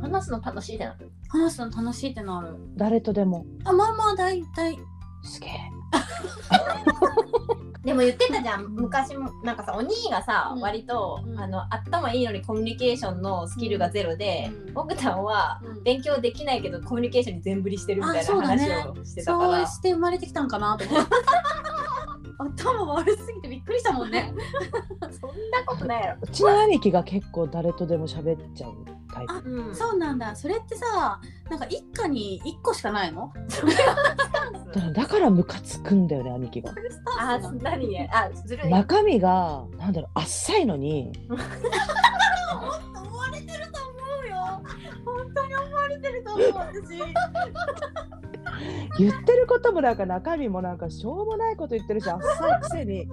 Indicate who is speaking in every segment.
Speaker 1: 話すの楽しいってなって
Speaker 2: 話すの楽しいってなる
Speaker 3: 誰とでも
Speaker 2: あまあまあ大体
Speaker 3: すげえ
Speaker 1: でも言ってたじゃん昔もなんかさお兄がさ、
Speaker 2: うん
Speaker 1: 割と、
Speaker 2: うん
Speaker 1: あの頭いいのにコミュニケーションのスキルがゼロで
Speaker 2: うん
Speaker 1: 奥さんは
Speaker 2: うん
Speaker 1: 勉強できないけどコミュニケーションに全振りしてるみたい
Speaker 2: あそ
Speaker 1: な
Speaker 2: うだね
Speaker 1: 話をしてたか
Speaker 2: そう
Speaker 1: ら
Speaker 2: して生まれてきたんかなと思って 頭悪すぎてびっくりしたもんね
Speaker 1: そんなことないや
Speaker 3: うちの兄貴が結構誰とでも喋っちゃうタイプ
Speaker 1: ろ、うん
Speaker 2: そうなんだそれってさなんか一家に一個しかないの
Speaker 3: だからだからムカつくんだよね兄貴が
Speaker 1: あ何ねあずるい
Speaker 3: 中身がなんだろうあっさいのに
Speaker 2: 思われてると思うよ本当に思われてると思う私
Speaker 3: 言ってることもなんか中身もなんかしょうもないこと言ってるしあっさいくせに人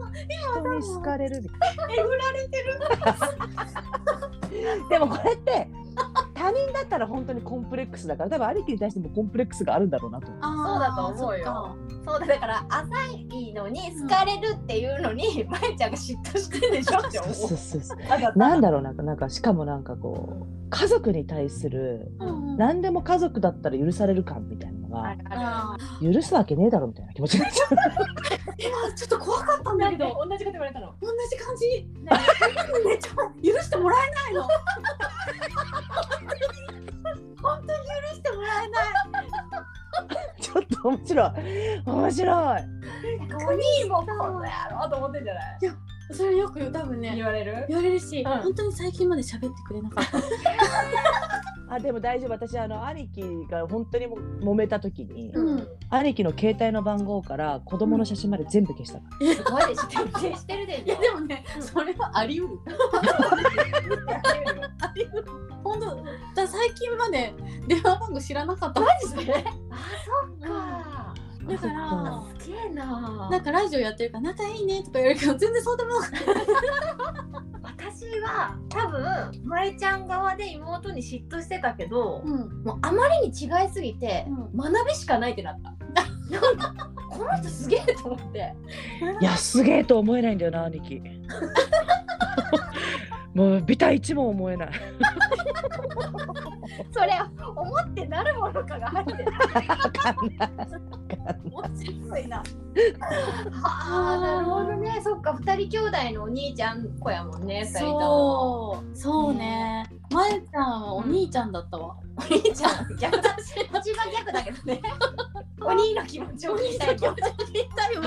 Speaker 3: に好かれるみたい
Speaker 2: えぐられてる
Speaker 3: なでもこれって他人だったら本当にコンプレックスだから多分兄貴に対してもコンプレックスがあるんだろうなと思う
Speaker 2: あ
Speaker 1: そうだと思うよそうだだから浅いのに好かれるっていうのに、まえちゃんが嫉妬してんでしょって思う
Speaker 3: そうそうそう
Speaker 1: ただ
Speaker 3: なんだろうなんかなんかしかもなんかこう家族に対する
Speaker 2: うんうん、
Speaker 3: 何でも家族だったら許される感みたいなの
Speaker 1: あ
Speaker 3: が
Speaker 1: るあ
Speaker 2: あー
Speaker 3: 許すわけねえだろみたいな気持ちになっちゃう
Speaker 2: 今ちょっと怖かった
Speaker 1: る
Speaker 2: ん
Speaker 1: な
Speaker 2: だ
Speaker 1: ん
Speaker 2: け
Speaker 1: で同
Speaker 2: ど
Speaker 1: じこと言われたの
Speaker 2: 同じ感じ。 めっちゃ許してもらえないの。本当に許してもらえない。
Speaker 3: ちょっと面白い面白い
Speaker 1: お兄もこの野郎と思ってんじゃない
Speaker 2: それよく多分ね
Speaker 1: 言われる
Speaker 2: 言われるし、
Speaker 1: ん
Speaker 2: 本当に最近まで喋ってくれなかった。
Speaker 3: あでも大丈夫私あの兄貴が本当にも揉めた時に、
Speaker 2: うん
Speaker 3: 兄貴の携帯の番号から子供の写真まで全部消したから、
Speaker 1: すごいでしょ徹底してるで
Speaker 2: い
Speaker 1: しょ
Speaker 2: やでもね、それはあり 得る。あり得る。本当だから最近まで電話番号知らなかった。マジで。
Speaker 1: あそっか
Speaker 2: だから。
Speaker 1: すげえな
Speaker 2: なんかラジオやってるから仲いいねとか言われるけど全然そうでもなかった
Speaker 1: 私は多分まえちゃん側で妹に嫉妬してたけど、
Speaker 2: うん
Speaker 1: もうあまりに違いすぎて、
Speaker 2: う
Speaker 1: 学びしかないってなったなんかこの人すげえと思って
Speaker 3: いやすげえと思えないんだよな兄貴もうビタ一も思えない
Speaker 1: それ思ってなるものかがあって
Speaker 3: わかんない
Speaker 2: 面白いな
Speaker 1: あーなるほどねそっか二人兄弟のお兄ちゃん子やもんね二人とも
Speaker 2: そうそうねまえちゃんはお兄ちゃんだったわ、
Speaker 1: お兄ちゃん逆だ し一番逆だけど ねお兄の気持ちを聞きたい気持ち
Speaker 2: たよ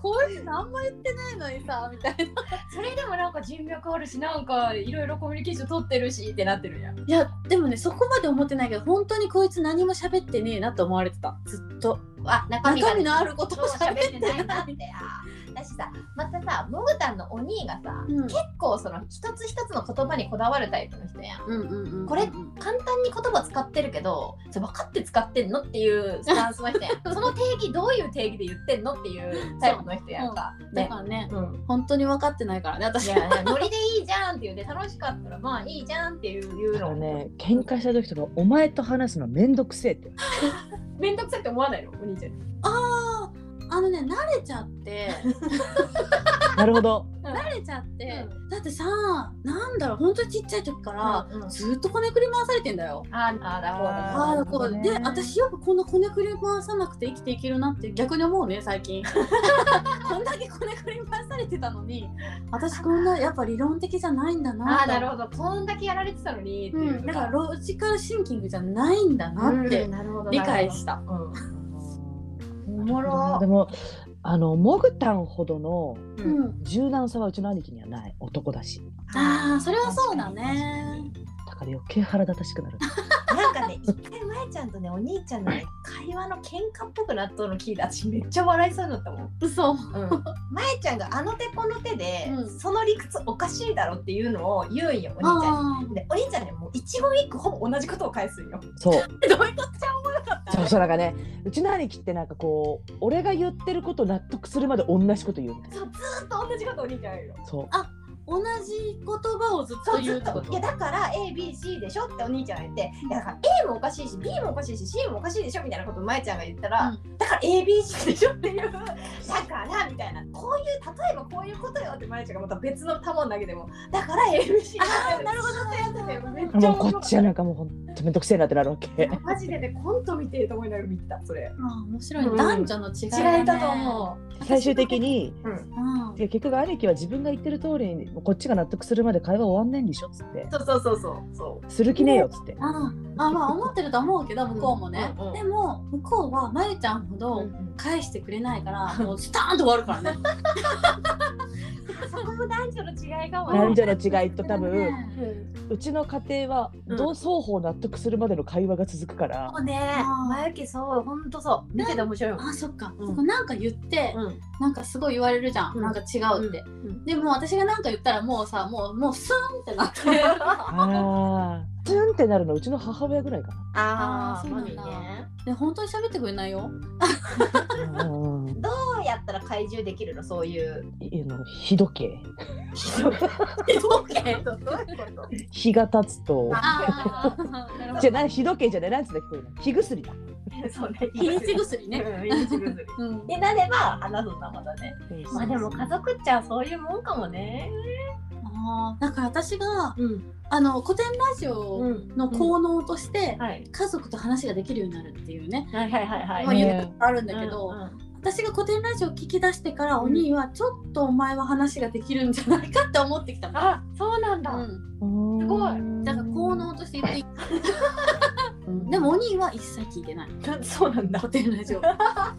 Speaker 2: こういうのあんま言ってないのにさみたいな
Speaker 1: それでもなんか人脈あるしなんかいろいろコミュニケーション取ってるしってなってるやん
Speaker 2: いやでもねそこまで思ってないけど本当にこいつ何も喋ってねえなと思われてたずっと
Speaker 1: あ中身が
Speaker 2: 中身のあることを
Speaker 1: そう喋
Speaker 2: 喋っ
Speaker 1: って
Speaker 2: て
Speaker 1: ない
Speaker 2: な
Speaker 1: なっ
Speaker 2: い
Speaker 1: てあー私さまたさもぐたんのお兄がさ
Speaker 2: うん
Speaker 1: 結構その一つ一つの言葉にこだわるタイプの人やん
Speaker 2: うんうんうん
Speaker 1: これ簡単に言葉使ってるけどそれ分かって使ってんのっていうスタンスの人やん その定義どういう定義で言ってんのっていうタイプの人やんか、
Speaker 2: だ
Speaker 1: ね
Speaker 2: からね
Speaker 1: うん
Speaker 2: 本当に分かってないからね
Speaker 1: い
Speaker 2: 私
Speaker 1: やいやノリでいいじゃんって言うて楽しかったらまあいいじゃんっていう言う
Speaker 3: だか
Speaker 1: の
Speaker 3: らね喧嘩した時とかお前と話すのめんどくせえって
Speaker 1: 面倒くさいって思わないのお兄ちゃん
Speaker 2: あ ああのね慣れちゃ って
Speaker 3: なるほど
Speaker 2: 慣れちゃって、
Speaker 1: う
Speaker 2: だってさなんだろう本当にちっちゃい時から、ずっとこねくり回されてんだよ
Speaker 1: あーあーだこうだ
Speaker 2: あ
Speaker 3: あ
Speaker 2: あ
Speaker 3: ー
Speaker 2: だこう
Speaker 3: なるほど
Speaker 2: で
Speaker 3: ね
Speaker 2: 私よくこんなこねくり回さなくて生きていけるなって逆に思うね最近 こんだけこねくり回されてたのに私こんなやっぱ理論的じゃないんだな
Speaker 1: あーなる
Speaker 2: ほ
Speaker 1: ほどこんだけやられてたのにって
Speaker 2: う、
Speaker 1: いうん
Speaker 2: だからロジカルシンキングじゃないんだ
Speaker 1: な
Speaker 2: なって
Speaker 1: なるほど
Speaker 2: 理解した、
Speaker 1: おもろ
Speaker 3: でもあのモグタンほどの
Speaker 1: う
Speaker 2: うんん
Speaker 3: 柔軟さはうちの兄貴にはない男だし
Speaker 2: ああそれはそうだね
Speaker 3: だから余計腹立たしくなる
Speaker 1: なんかね一回まえちゃんとねお兄ちゃんのね会話の喧嘩っぽくなっとるの聞いた私めっちゃ笑いそうになったもん
Speaker 2: 嘘
Speaker 1: まえちゃんがあの手この手で、
Speaker 2: うん
Speaker 1: その理屈おかしいだろっていうのを言うんよお兄ちゃん
Speaker 2: あ
Speaker 1: にでお兄ちゃんねもう一言一句ほぼ同じことを返すんよ
Speaker 3: そう
Speaker 1: どういうことちゃ思わなかった
Speaker 3: そうそうなんかねうちの兄貴ってなんかこう俺が言ってること納得するまで同じこと言うみたい
Speaker 1: そうずーっと同じことお兄ちゃん言うよ
Speaker 3: なそう
Speaker 2: ー同じ言葉をずっ
Speaker 1: そ
Speaker 2: と
Speaker 1: う
Speaker 2: 言
Speaker 1: ず
Speaker 2: う
Speaker 1: っ
Speaker 2: ってことと
Speaker 1: いやだから ABC でしょってお兄ちゃんが言っていやだから A もおかしいし B もおかしいし C もおかしいでしょみたいなことをまえちゃんが言ったら、
Speaker 2: う
Speaker 1: だから ABC でしょっていうだからみたいなこういいう例えばこういうことよってマリちゃんがまた別の球を投げてもだから ABC
Speaker 2: あーなるほ
Speaker 1: どやってたよめっちゃ面白
Speaker 3: もうこ
Speaker 1: か
Speaker 3: っ
Speaker 1: った
Speaker 3: ちはなんかもうほんとめんどくせえなってなるわけ。
Speaker 1: マジでねコント見てると思いながら見てたそれ
Speaker 2: あ面白い、ね
Speaker 3: うん
Speaker 2: 男女の違い
Speaker 1: 違
Speaker 2: ね
Speaker 1: えたと思う
Speaker 3: 最終的に
Speaker 2: うん
Speaker 3: いや結局兄貴は自分が言ってる通りにこっちが納得するまで会話終わんないんでしょっつって
Speaker 1: そうそうそうそうそ
Speaker 3: する気ねえよっつって
Speaker 2: ああまあ思ってると思うけど向こうもね、
Speaker 1: うんうんうん
Speaker 2: でも向こうはまゆちゃんほ
Speaker 1: う、
Speaker 2: ど返してくれないから、もうスターンと終わる からね
Speaker 1: そこも男女の違いかもね
Speaker 3: 男女の違いと多分
Speaker 2: も
Speaker 3: うちの家庭は
Speaker 1: うん
Speaker 3: どう双方納得するまでの会話が続くから
Speaker 1: もうね
Speaker 2: あー
Speaker 1: 眉毛そうほんとそう見てて面白いもん
Speaker 2: あそっか、
Speaker 1: うん
Speaker 2: そこなんか言って、
Speaker 1: うん
Speaker 2: なんかすごい言われるじゃん、
Speaker 1: うん
Speaker 2: なんか違うっ て、
Speaker 1: ん
Speaker 2: でも私がなんか言ったらもうさもうもうスーンってなって
Speaker 3: あーツンってなるのうちの母親ぐらいか
Speaker 1: あ
Speaker 2: あ
Speaker 1: ー
Speaker 2: ーそうなんだ
Speaker 1: マミーね
Speaker 2: で本当に喋ってくれない よ
Speaker 3: なうんうん
Speaker 1: どうやったら怪獣できるのそう いう
Speaker 3: いあの日時計
Speaker 2: えそうけ
Speaker 1: どういうこと
Speaker 3: 日が経つと
Speaker 2: ああなるほ
Speaker 3: じ
Speaker 2: ど
Speaker 3: ゃない日時計じゃないなんつうんだっけこういうの日薬だ、
Speaker 1: そうね
Speaker 2: 日 にち薬ね、
Speaker 1: ねうんいいちぐずり
Speaker 2: う ん、
Speaker 1: でなれば話すんだまだねまあでも家
Speaker 3: か
Speaker 1: 族っちゃそういうもんかもね
Speaker 2: あーなんか私が
Speaker 1: うん
Speaker 2: あの古典ラジオ
Speaker 1: ん
Speaker 2: の効能として、
Speaker 1: はい
Speaker 2: 家族と話ができるようになるっていうね、
Speaker 1: はいはいはいは
Speaker 2: ま
Speaker 1: い
Speaker 2: あ、
Speaker 3: ね
Speaker 2: 言うことあるんだ
Speaker 1: だ
Speaker 2: け
Speaker 1: け
Speaker 2: ど、
Speaker 1: ど、
Speaker 2: 私が古典ラジオ聞き出してから、
Speaker 1: うん
Speaker 2: お兄はちょっとお前は話ができるんじゃないかって思ってきたの、
Speaker 1: あそうなんだ、
Speaker 2: うん、
Speaker 1: すごい
Speaker 2: だから効能として言っていいでもお兄は一切聞いてない
Speaker 1: そうなんだ
Speaker 2: 古典 ラジオあ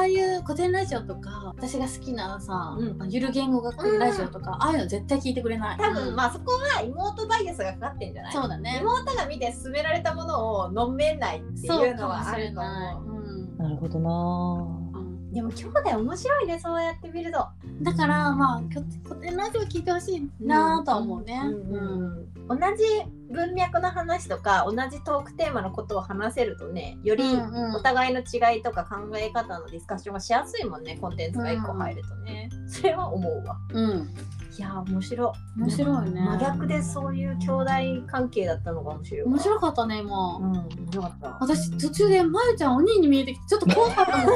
Speaker 2: あいう古典ラジオとか私が好きなさ、
Speaker 1: う
Speaker 2: ゆる言語学ラジオとか、ああいうの絶対聞いてくれない
Speaker 1: 多分、
Speaker 2: うん
Speaker 1: まあそこは妹バイアスがかかってんじゃない
Speaker 2: そうだね
Speaker 1: 妹が見て勧められたものを飲めないっていうのはあると
Speaker 2: そうか
Speaker 1: 思う
Speaker 2: もしれない
Speaker 3: なるほどな
Speaker 2: うんうん
Speaker 1: でも兄弟面白いねそうやって見ると
Speaker 2: だからまあきょ古典ラジオ聞いてほしいなとは思うね、うん
Speaker 1: 同じ文脈の話とか同じトークテーマのことを話せるとねより
Speaker 2: うんうん
Speaker 1: お互いの違いとか考え方のディスカッションがしやすいもんねコンテンツが1個入るとね、それは思うわ
Speaker 2: うん、
Speaker 1: いやー面白
Speaker 2: 面白いね
Speaker 1: 真逆でそういう兄弟関係だったのが面白いわ
Speaker 2: 面白かったね今、
Speaker 1: うん面白か った
Speaker 2: 私途中でまゆちゃんお兄に見えてきてちょっと怖かったもん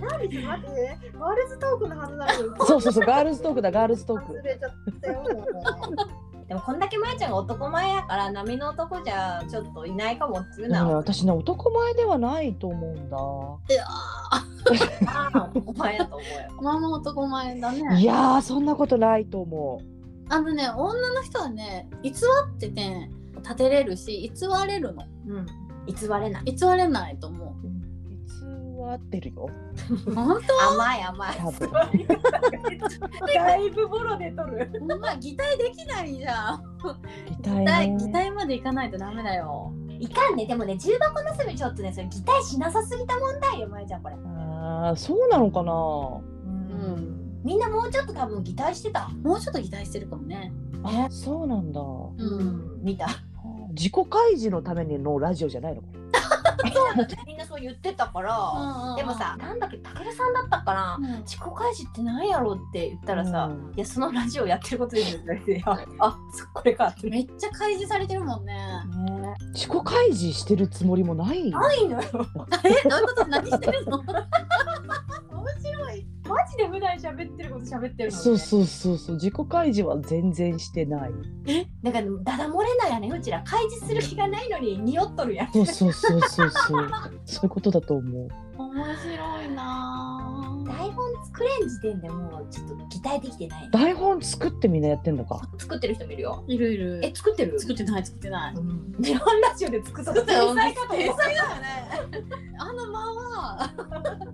Speaker 1: なんで待って、ワールズトークのはずなのに。
Speaker 3: そうそうそうガールズトークだガールズトーク
Speaker 1: 忘れちゃったよ。でもこんだけまやちゃんが男前やから波の男じゃちょっといないかもっつう
Speaker 3: で
Speaker 1: な。
Speaker 3: もね私ね男前ではないと思うんだ
Speaker 1: ああ男前やと思うよ。
Speaker 2: まあまあ男前だ
Speaker 3: い
Speaker 2: ね
Speaker 3: やーそんなことないと思
Speaker 2: あのね女の人はね偽ってね立てれるし偽れるの
Speaker 1: うん。偽れない。
Speaker 2: 偽れないと思
Speaker 3: う偽ってるよ
Speaker 2: う本
Speaker 1: 甘い甘い。
Speaker 3: 多分
Speaker 1: だいぶボロで取る。
Speaker 2: 当ほんま擬態できないじゃん
Speaker 3: 擬態
Speaker 2: 擬態
Speaker 3: ね
Speaker 2: 擬態までいかないとダメだよ
Speaker 1: いかんね。でもね、重箱娘ちょっとね、それ擬態しなさすぎた問題よ、まやちゃんこれ。
Speaker 3: あーそうなのかな
Speaker 1: うん。みんなもうちょっと多分擬態してた。
Speaker 2: もうちょっと擬態してるかもね
Speaker 3: あそうなんだ
Speaker 2: う
Speaker 1: うん。見た。
Speaker 3: 自己開示のためにのラジオじゃないのかな
Speaker 1: そうなんだ よみんなそう言ってたから。でもさ、、なんだっけ、たけるさんだったかな。
Speaker 2: うん
Speaker 1: 自己開示って何やろうって言ったらさ、
Speaker 3: うん
Speaker 1: いやそのラジオやってることですよねいやあそこれかってね
Speaker 2: めっちゃ開示されてるもんね
Speaker 3: 自己開示してるつもりもない
Speaker 1: ないのよ
Speaker 2: えどういうこと何してるの
Speaker 1: 面白いマジで普段喋ってること喋ってるの、ね、
Speaker 3: そうそうそうそう自己開示は全然してない
Speaker 1: なんかダダ漏れないやねうちら開示する気がないのに匂っとるやん
Speaker 3: そうそうそうそうそうそういうことだと思う
Speaker 2: 面白いなぁ
Speaker 1: 台本作れん時点でもうちょっと擬態できてない
Speaker 3: 台本作ってみんなやってんのか
Speaker 1: 作ってる人もいるよ
Speaker 2: いるいる
Speaker 1: え作ってる
Speaker 2: 作ってない作ってない
Speaker 1: うん日本ラジオで作った
Speaker 2: たよ
Speaker 1: 天才かと思
Speaker 2: 天
Speaker 1: う
Speaker 2: 才だよねあの間は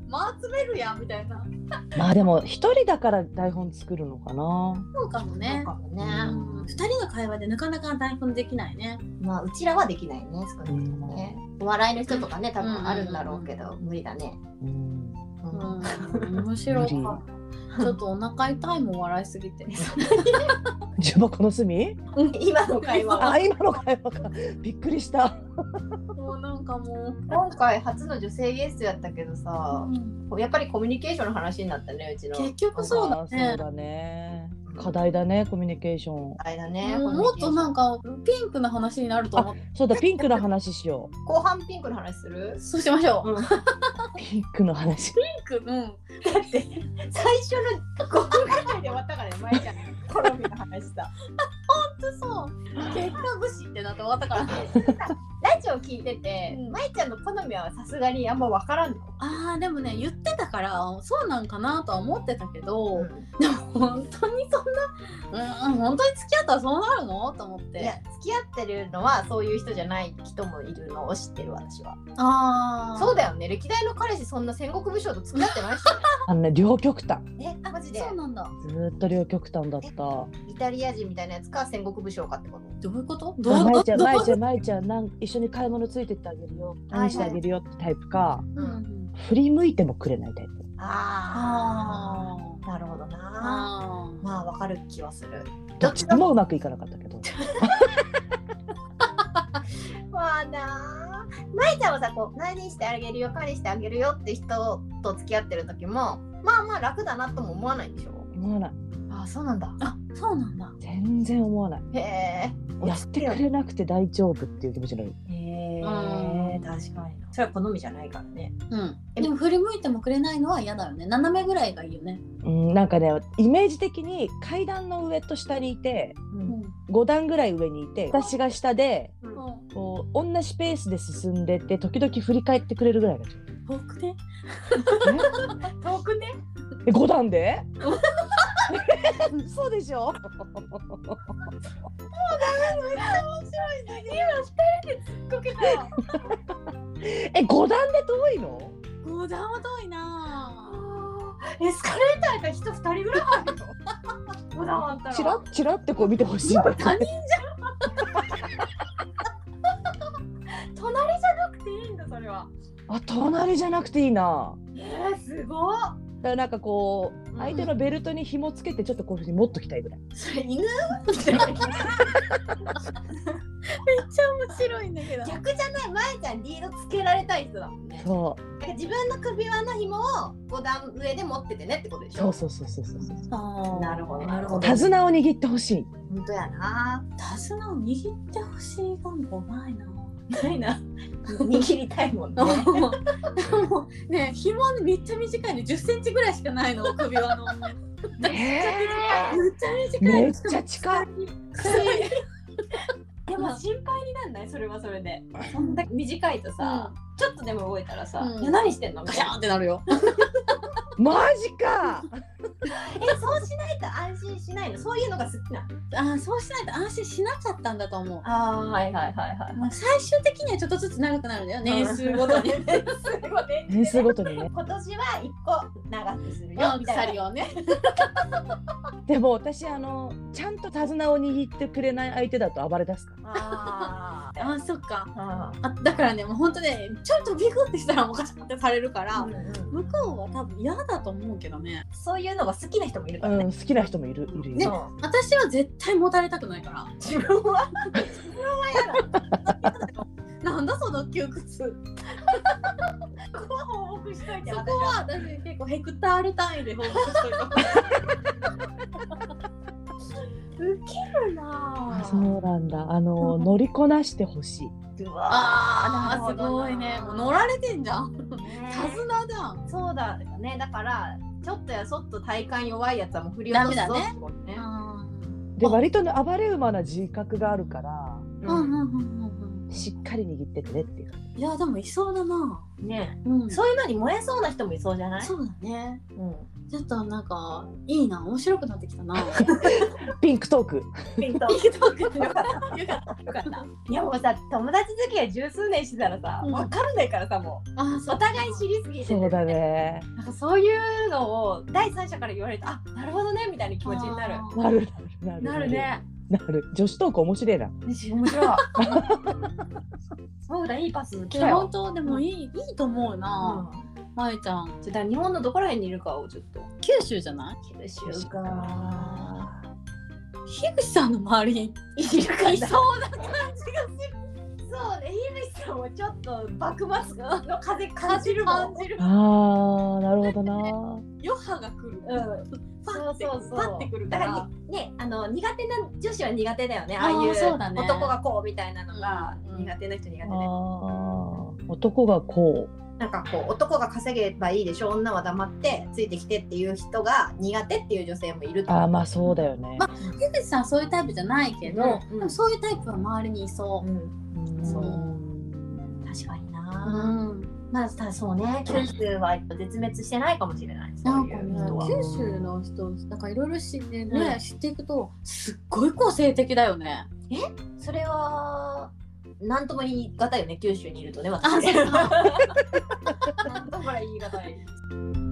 Speaker 2: 間集めるやんみたいな
Speaker 3: まあでも一人だから台本作るのかな
Speaker 2: そうかも
Speaker 1: そう
Speaker 2: ね
Speaker 1: かもね、
Speaker 2: うん、2人の会話でなかなか台本できないね
Speaker 1: まあうちらはできないね少なくともねお笑いの人とかね多分あるんだろうけど、無理だね、
Speaker 3: うん
Speaker 1: う
Speaker 2: うん面白いちょっとお腹痛いもん笑いすぎて
Speaker 3: 重箱の隅
Speaker 1: 今の会話は
Speaker 3: あ今の会話かびっくりした
Speaker 2: もうなんかも
Speaker 1: 今回初の女性ゲストやったけどさ
Speaker 2: う、うん
Speaker 1: やっぱりコミュニケーションの話になったねうちの
Speaker 2: 結局そうだ
Speaker 3: あーそう
Speaker 2: ね
Speaker 3: だね課題だねコミュニケーション
Speaker 1: あれだね、
Speaker 2: うんもっとなん
Speaker 1: か
Speaker 2: かピンクな話になると思って
Speaker 3: そうだピンクの話しよう
Speaker 1: 後半ピンクの話する
Speaker 2: そうしましょう。
Speaker 3: ピンクの話
Speaker 2: ピンク、うん、
Speaker 1: だって最初の5分ぐらいで終わったからね前ちゃんコロミの話さ
Speaker 2: そう結果無視ってなって終わったから。
Speaker 1: ラジオ聞いてて、
Speaker 2: うん
Speaker 1: 舞ちゃんの好みはさすがにあんま分からんの、
Speaker 2: あーでもね言ってたからそうなんかなとは思ってたけど、でも本当にそんな、うん、本当に付き合ったらそうなるのと思っ
Speaker 1: いや
Speaker 2: て
Speaker 1: 付き合ってるのはそういう人じゃない人もいるのを知ってる私は
Speaker 2: あ
Speaker 1: そう
Speaker 2: だ
Speaker 1: だよね歴代の彼氏そんな戦国武将と付き合ってましたよ
Speaker 3: あのね両極端
Speaker 1: ねマジで
Speaker 2: そうなんだ
Speaker 3: ずーっと両極端だった
Speaker 1: イタリア人みたいなやつか戦国武将かってこと
Speaker 2: どういうことどういう
Speaker 3: ま
Speaker 2: こ
Speaker 3: い
Speaker 2: と
Speaker 3: ちゃんまいちゃんまいちゃんなん一緒に買い物ついてってあげるよ
Speaker 1: はい
Speaker 3: 何してあげるよってタイプか
Speaker 2: うんうん
Speaker 3: 振り向いてもくれないタイプ
Speaker 1: あ
Speaker 2: あ
Speaker 1: あなるほどな
Speaker 2: あー
Speaker 1: まあ分かる気はする
Speaker 3: どっちともうまくいかなかったけど
Speaker 1: まあなまいちゃんはさこう何してあげるよ彼してあげるよって人と付き合ってる時もまあまあ楽だなとも思わないんでしょ
Speaker 3: 思わない
Speaker 1: ああそうなんだ
Speaker 2: あそうなんだ
Speaker 3: 全然思わない
Speaker 1: へえ
Speaker 3: やってくれなくて大丈夫っていう気持ちのいい
Speaker 1: へえ
Speaker 2: うん
Speaker 1: 確かになそれは好みじゃないからね
Speaker 2: うんでも振り向いてもくれないのは嫌だよね斜めぐらいがいいよね
Speaker 3: うんなんかねイメージ的に階段の上と下にいて
Speaker 1: うん
Speaker 3: 5段ぐらい上にいて私が下で
Speaker 1: うん
Speaker 3: こう同じペースで進んでって時々振り返ってくれるぐらいがちょう
Speaker 2: 僕ね
Speaker 3: どいい
Speaker 1: 遠くね
Speaker 3: え五段で嘘でしょ
Speaker 1: こけた
Speaker 3: え五段で遠いの
Speaker 2: 五段は遠いな
Speaker 1: エスカレーターが人2人ぐらいあるよ五段あった ら
Speaker 3: チラッチラッてこう見てほしいんだよ
Speaker 2: 他人
Speaker 1: 隣じゃなくていいんだそれは
Speaker 3: あ隣じゃなくていいな
Speaker 1: えー、すごっ
Speaker 3: だからなんかこ
Speaker 1: うん
Speaker 3: う相手のベルトに紐つけてちょっとこういうふうに持っときたいぐらい
Speaker 2: それ犬 めっちゃ面白いんだけど
Speaker 1: 逆じゃない前ちゃんリードつけられたい人だもんね
Speaker 3: そう
Speaker 1: なんか自分の首輪の紐を5段上で持っててねってことでし
Speaker 3: そ
Speaker 1: ょ
Speaker 3: うそうそうそうそうそう
Speaker 2: あー
Speaker 1: なるほど
Speaker 2: なるほど
Speaker 3: 手綱を握ってほしい
Speaker 1: 本当やな
Speaker 2: 手綱を握ってほしい願望ないな。
Speaker 1: ない な握りたいもんね
Speaker 2: もうね紐ねめっちゃ短いね10センチぐらいしかないの首輪 の。めっちゃ短い。
Speaker 3: めっちゃ近い
Speaker 2: い。
Speaker 1: でも心配になんないそれはそれでそんだけ短いとさ、ちょっとでも動いたらさ「
Speaker 2: うん
Speaker 1: いや何してんの?」み
Speaker 2: ガ
Speaker 1: たい
Speaker 2: シャ
Speaker 1: な
Speaker 2: ンってなるよ。
Speaker 3: マジか
Speaker 1: えそうしないと安心しないのそういうのが好きなの
Speaker 2: ああそうしないと安心しなかったんだと思う。
Speaker 1: ああはいはいはいはい
Speaker 2: まあ最終的にはちょっとずつ長くなるんだよ年数ごとに。
Speaker 1: 年数ごとに
Speaker 3: 年数ごとにね
Speaker 1: 今年は一個長くするよみたい
Speaker 2: 鎖
Speaker 1: な
Speaker 2: をね。
Speaker 3: でも私あのちゃんと手綱を握ってくれない相手だと暴れ出すから
Speaker 1: あー
Speaker 2: ああそっか。
Speaker 1: あ
Speaker 2: あだからねもう本当ねちょっとビクってしたらもうガシャンってされるから、
Speaker 1: ー、うんうん
Speaker 2: 向こうは多分嫌だと思うけどね。
Speaker 1: そういうのが好きな人もいるから
Speaker 3: う
Speaker 1: ね、
Speaker 3: ん、好きな人もいるいるよ
Speaker 1: ね
Speaker 2: 私は絶対もたれたくないから。
Speaker 1: 自分は
Speaker 2: なんだその窮屈。
Speaker 1: ここは報告しといて
Speaker 2: そこは私結構ヘクタール単位で報告しといた。
Speaker 1: ウケるな
Speaker 3: あそうなんだあの乗りこなしてほしいう
Speaker 1: わ
Speaker 2: あ
Speaker 1: な
Speaker 2: あ
Speaker 1: るほ
Speaker 2: すごい
Speaker 1: どな
Speaker 2: ね。もう乗られてんじゃん。
Speaker 1: ね
Speaker 2: 手綱じゃん。
Speaker 1: そうだよねだからちょっとやそっと体幹弱いやつはもう振り落とす
Speaker 2: ダ
Speaker 1: ぞ
Speaker 2: メだね
Speaker 1: ってことね
Speaker 3: で
Speaker 2: あ
Speaker 3: 割とね暴れ馬な自覚があるから
Speaker 2: うんうんうんうん
Speaker 3: しっかり握っててねっていう
Speaker 2: うん。いやでもいそうだな。
Speaker 1: ね
Speaker 2: うんそ
Speaker 1: そういうのに燃えそうな人もいそうじゃない、
Speaker 2: そうだね。
Speaker 1: うん、
Speaker 2: ちょっとなんかいいな面白くなってき たな。
Speaker 3: ピンクトーク
Speaker 1: ピント
Speaker 2: いいトーク
Speaker 1: よかったよかったよかったいやもうさ友達付き合い十数年してたらさ
Speaker 2: うん
Speaker 1: 分かんないからさも
Speaker 2: あー
Speaker 1: う
Speaker 2: そう
Speaker 1: お互い知りすぎてて
Speaker 3: そうだね
Speaker 1: なんかそういうのを第三者から言われてあなるほどねみたいな気持ちになる
Speaker 2: あー
Speaker 3: なるなる
Speaker 1: なるね
Speaker 3: なる女子トーク面白いな
Speaker 1: 面白いそうだいいパス来
Speaker 2: い
Speaker 1: た
Speaker 2: や本
Speaker 1: よ、
Speaker 2: 当でもいい、いいと思う
Speaker 1: う
Speaker 2: な。まゆちゃ
Speaker 1: ん、
Speaker 2: ん
Speaker 1: ちょだから日本のどこら辺にいるかをちょっと
Speaker 2: 九州じゃない？
Speaker 1: 九州か
Speaker 2: 樋口さんの周りに
Speaker 1: いるか
Speaker 2: い
Speaker 1: な
Speaker 2: そうな感じが
Speaker 1: そうそうね、樋口さんもちょっと幕末の風感じるもん
Speaker 2: 感。じる
Speaker 3: ああ、なるほどな。
Speaker 2: 余波が来る、
Speaker 1: うん
Speaker 2: パッて
Speaker 1: そうそうそう
Speaker 2: パッてくるか
Speaker 1: だから
Speaker 2: ら
Speaker 1: にね、あの苦手な女子は苦手だよね。ああい
Speaker 2: あーそうだ
Speaker 1: う
Speaker 2: ね
Speaker 1: 男がこうみたいなのが
Speaker 2: うん
Speaker 1: 苦手な人苦手で、
Speaker 3: あー男がこう。
Speaker 1: なんかこう男が稼げばいいでしょ、女は黙ってついてきてっていう人が苦手っていう女性もいると
Speaker 3: あ
Speaker 1: 思
Speaker 3: あ、
Speaker 1: う。
Speaker 3: まあそうだよね。
Speaker 2: ま樋口さんそういうタイプじゃないけど、
Speaker 1: うんうん
Speaker 2: でもそういうタイプは周りにいそう
Speaker 1: う、ん、
Speaker 3: うん
Speaker 2: そう
Speaker 1: 確かに
Speaker 2: う
Speaker 1: な。
Speaker 2: ん
Speaker 1: まあただそうね、九州は絶滅してないかもしれない。そ
Speaker 2: な
Speaker 1: うんい
Speaker 2: か
Speaker 1: う
Speaker 2: ね
Speaker 1: 人は
Speaker 2: 九州の人なんかいろいろ知ってね、
Speaker 1: うん
Speaker 2: 知っていくとすっごい個性的だよね。
Speaker 1: それはなんとも言 い難いよね。九州にいるとね、私。
Speaker 2: あそう
Speaker 1: なんとも言い難い。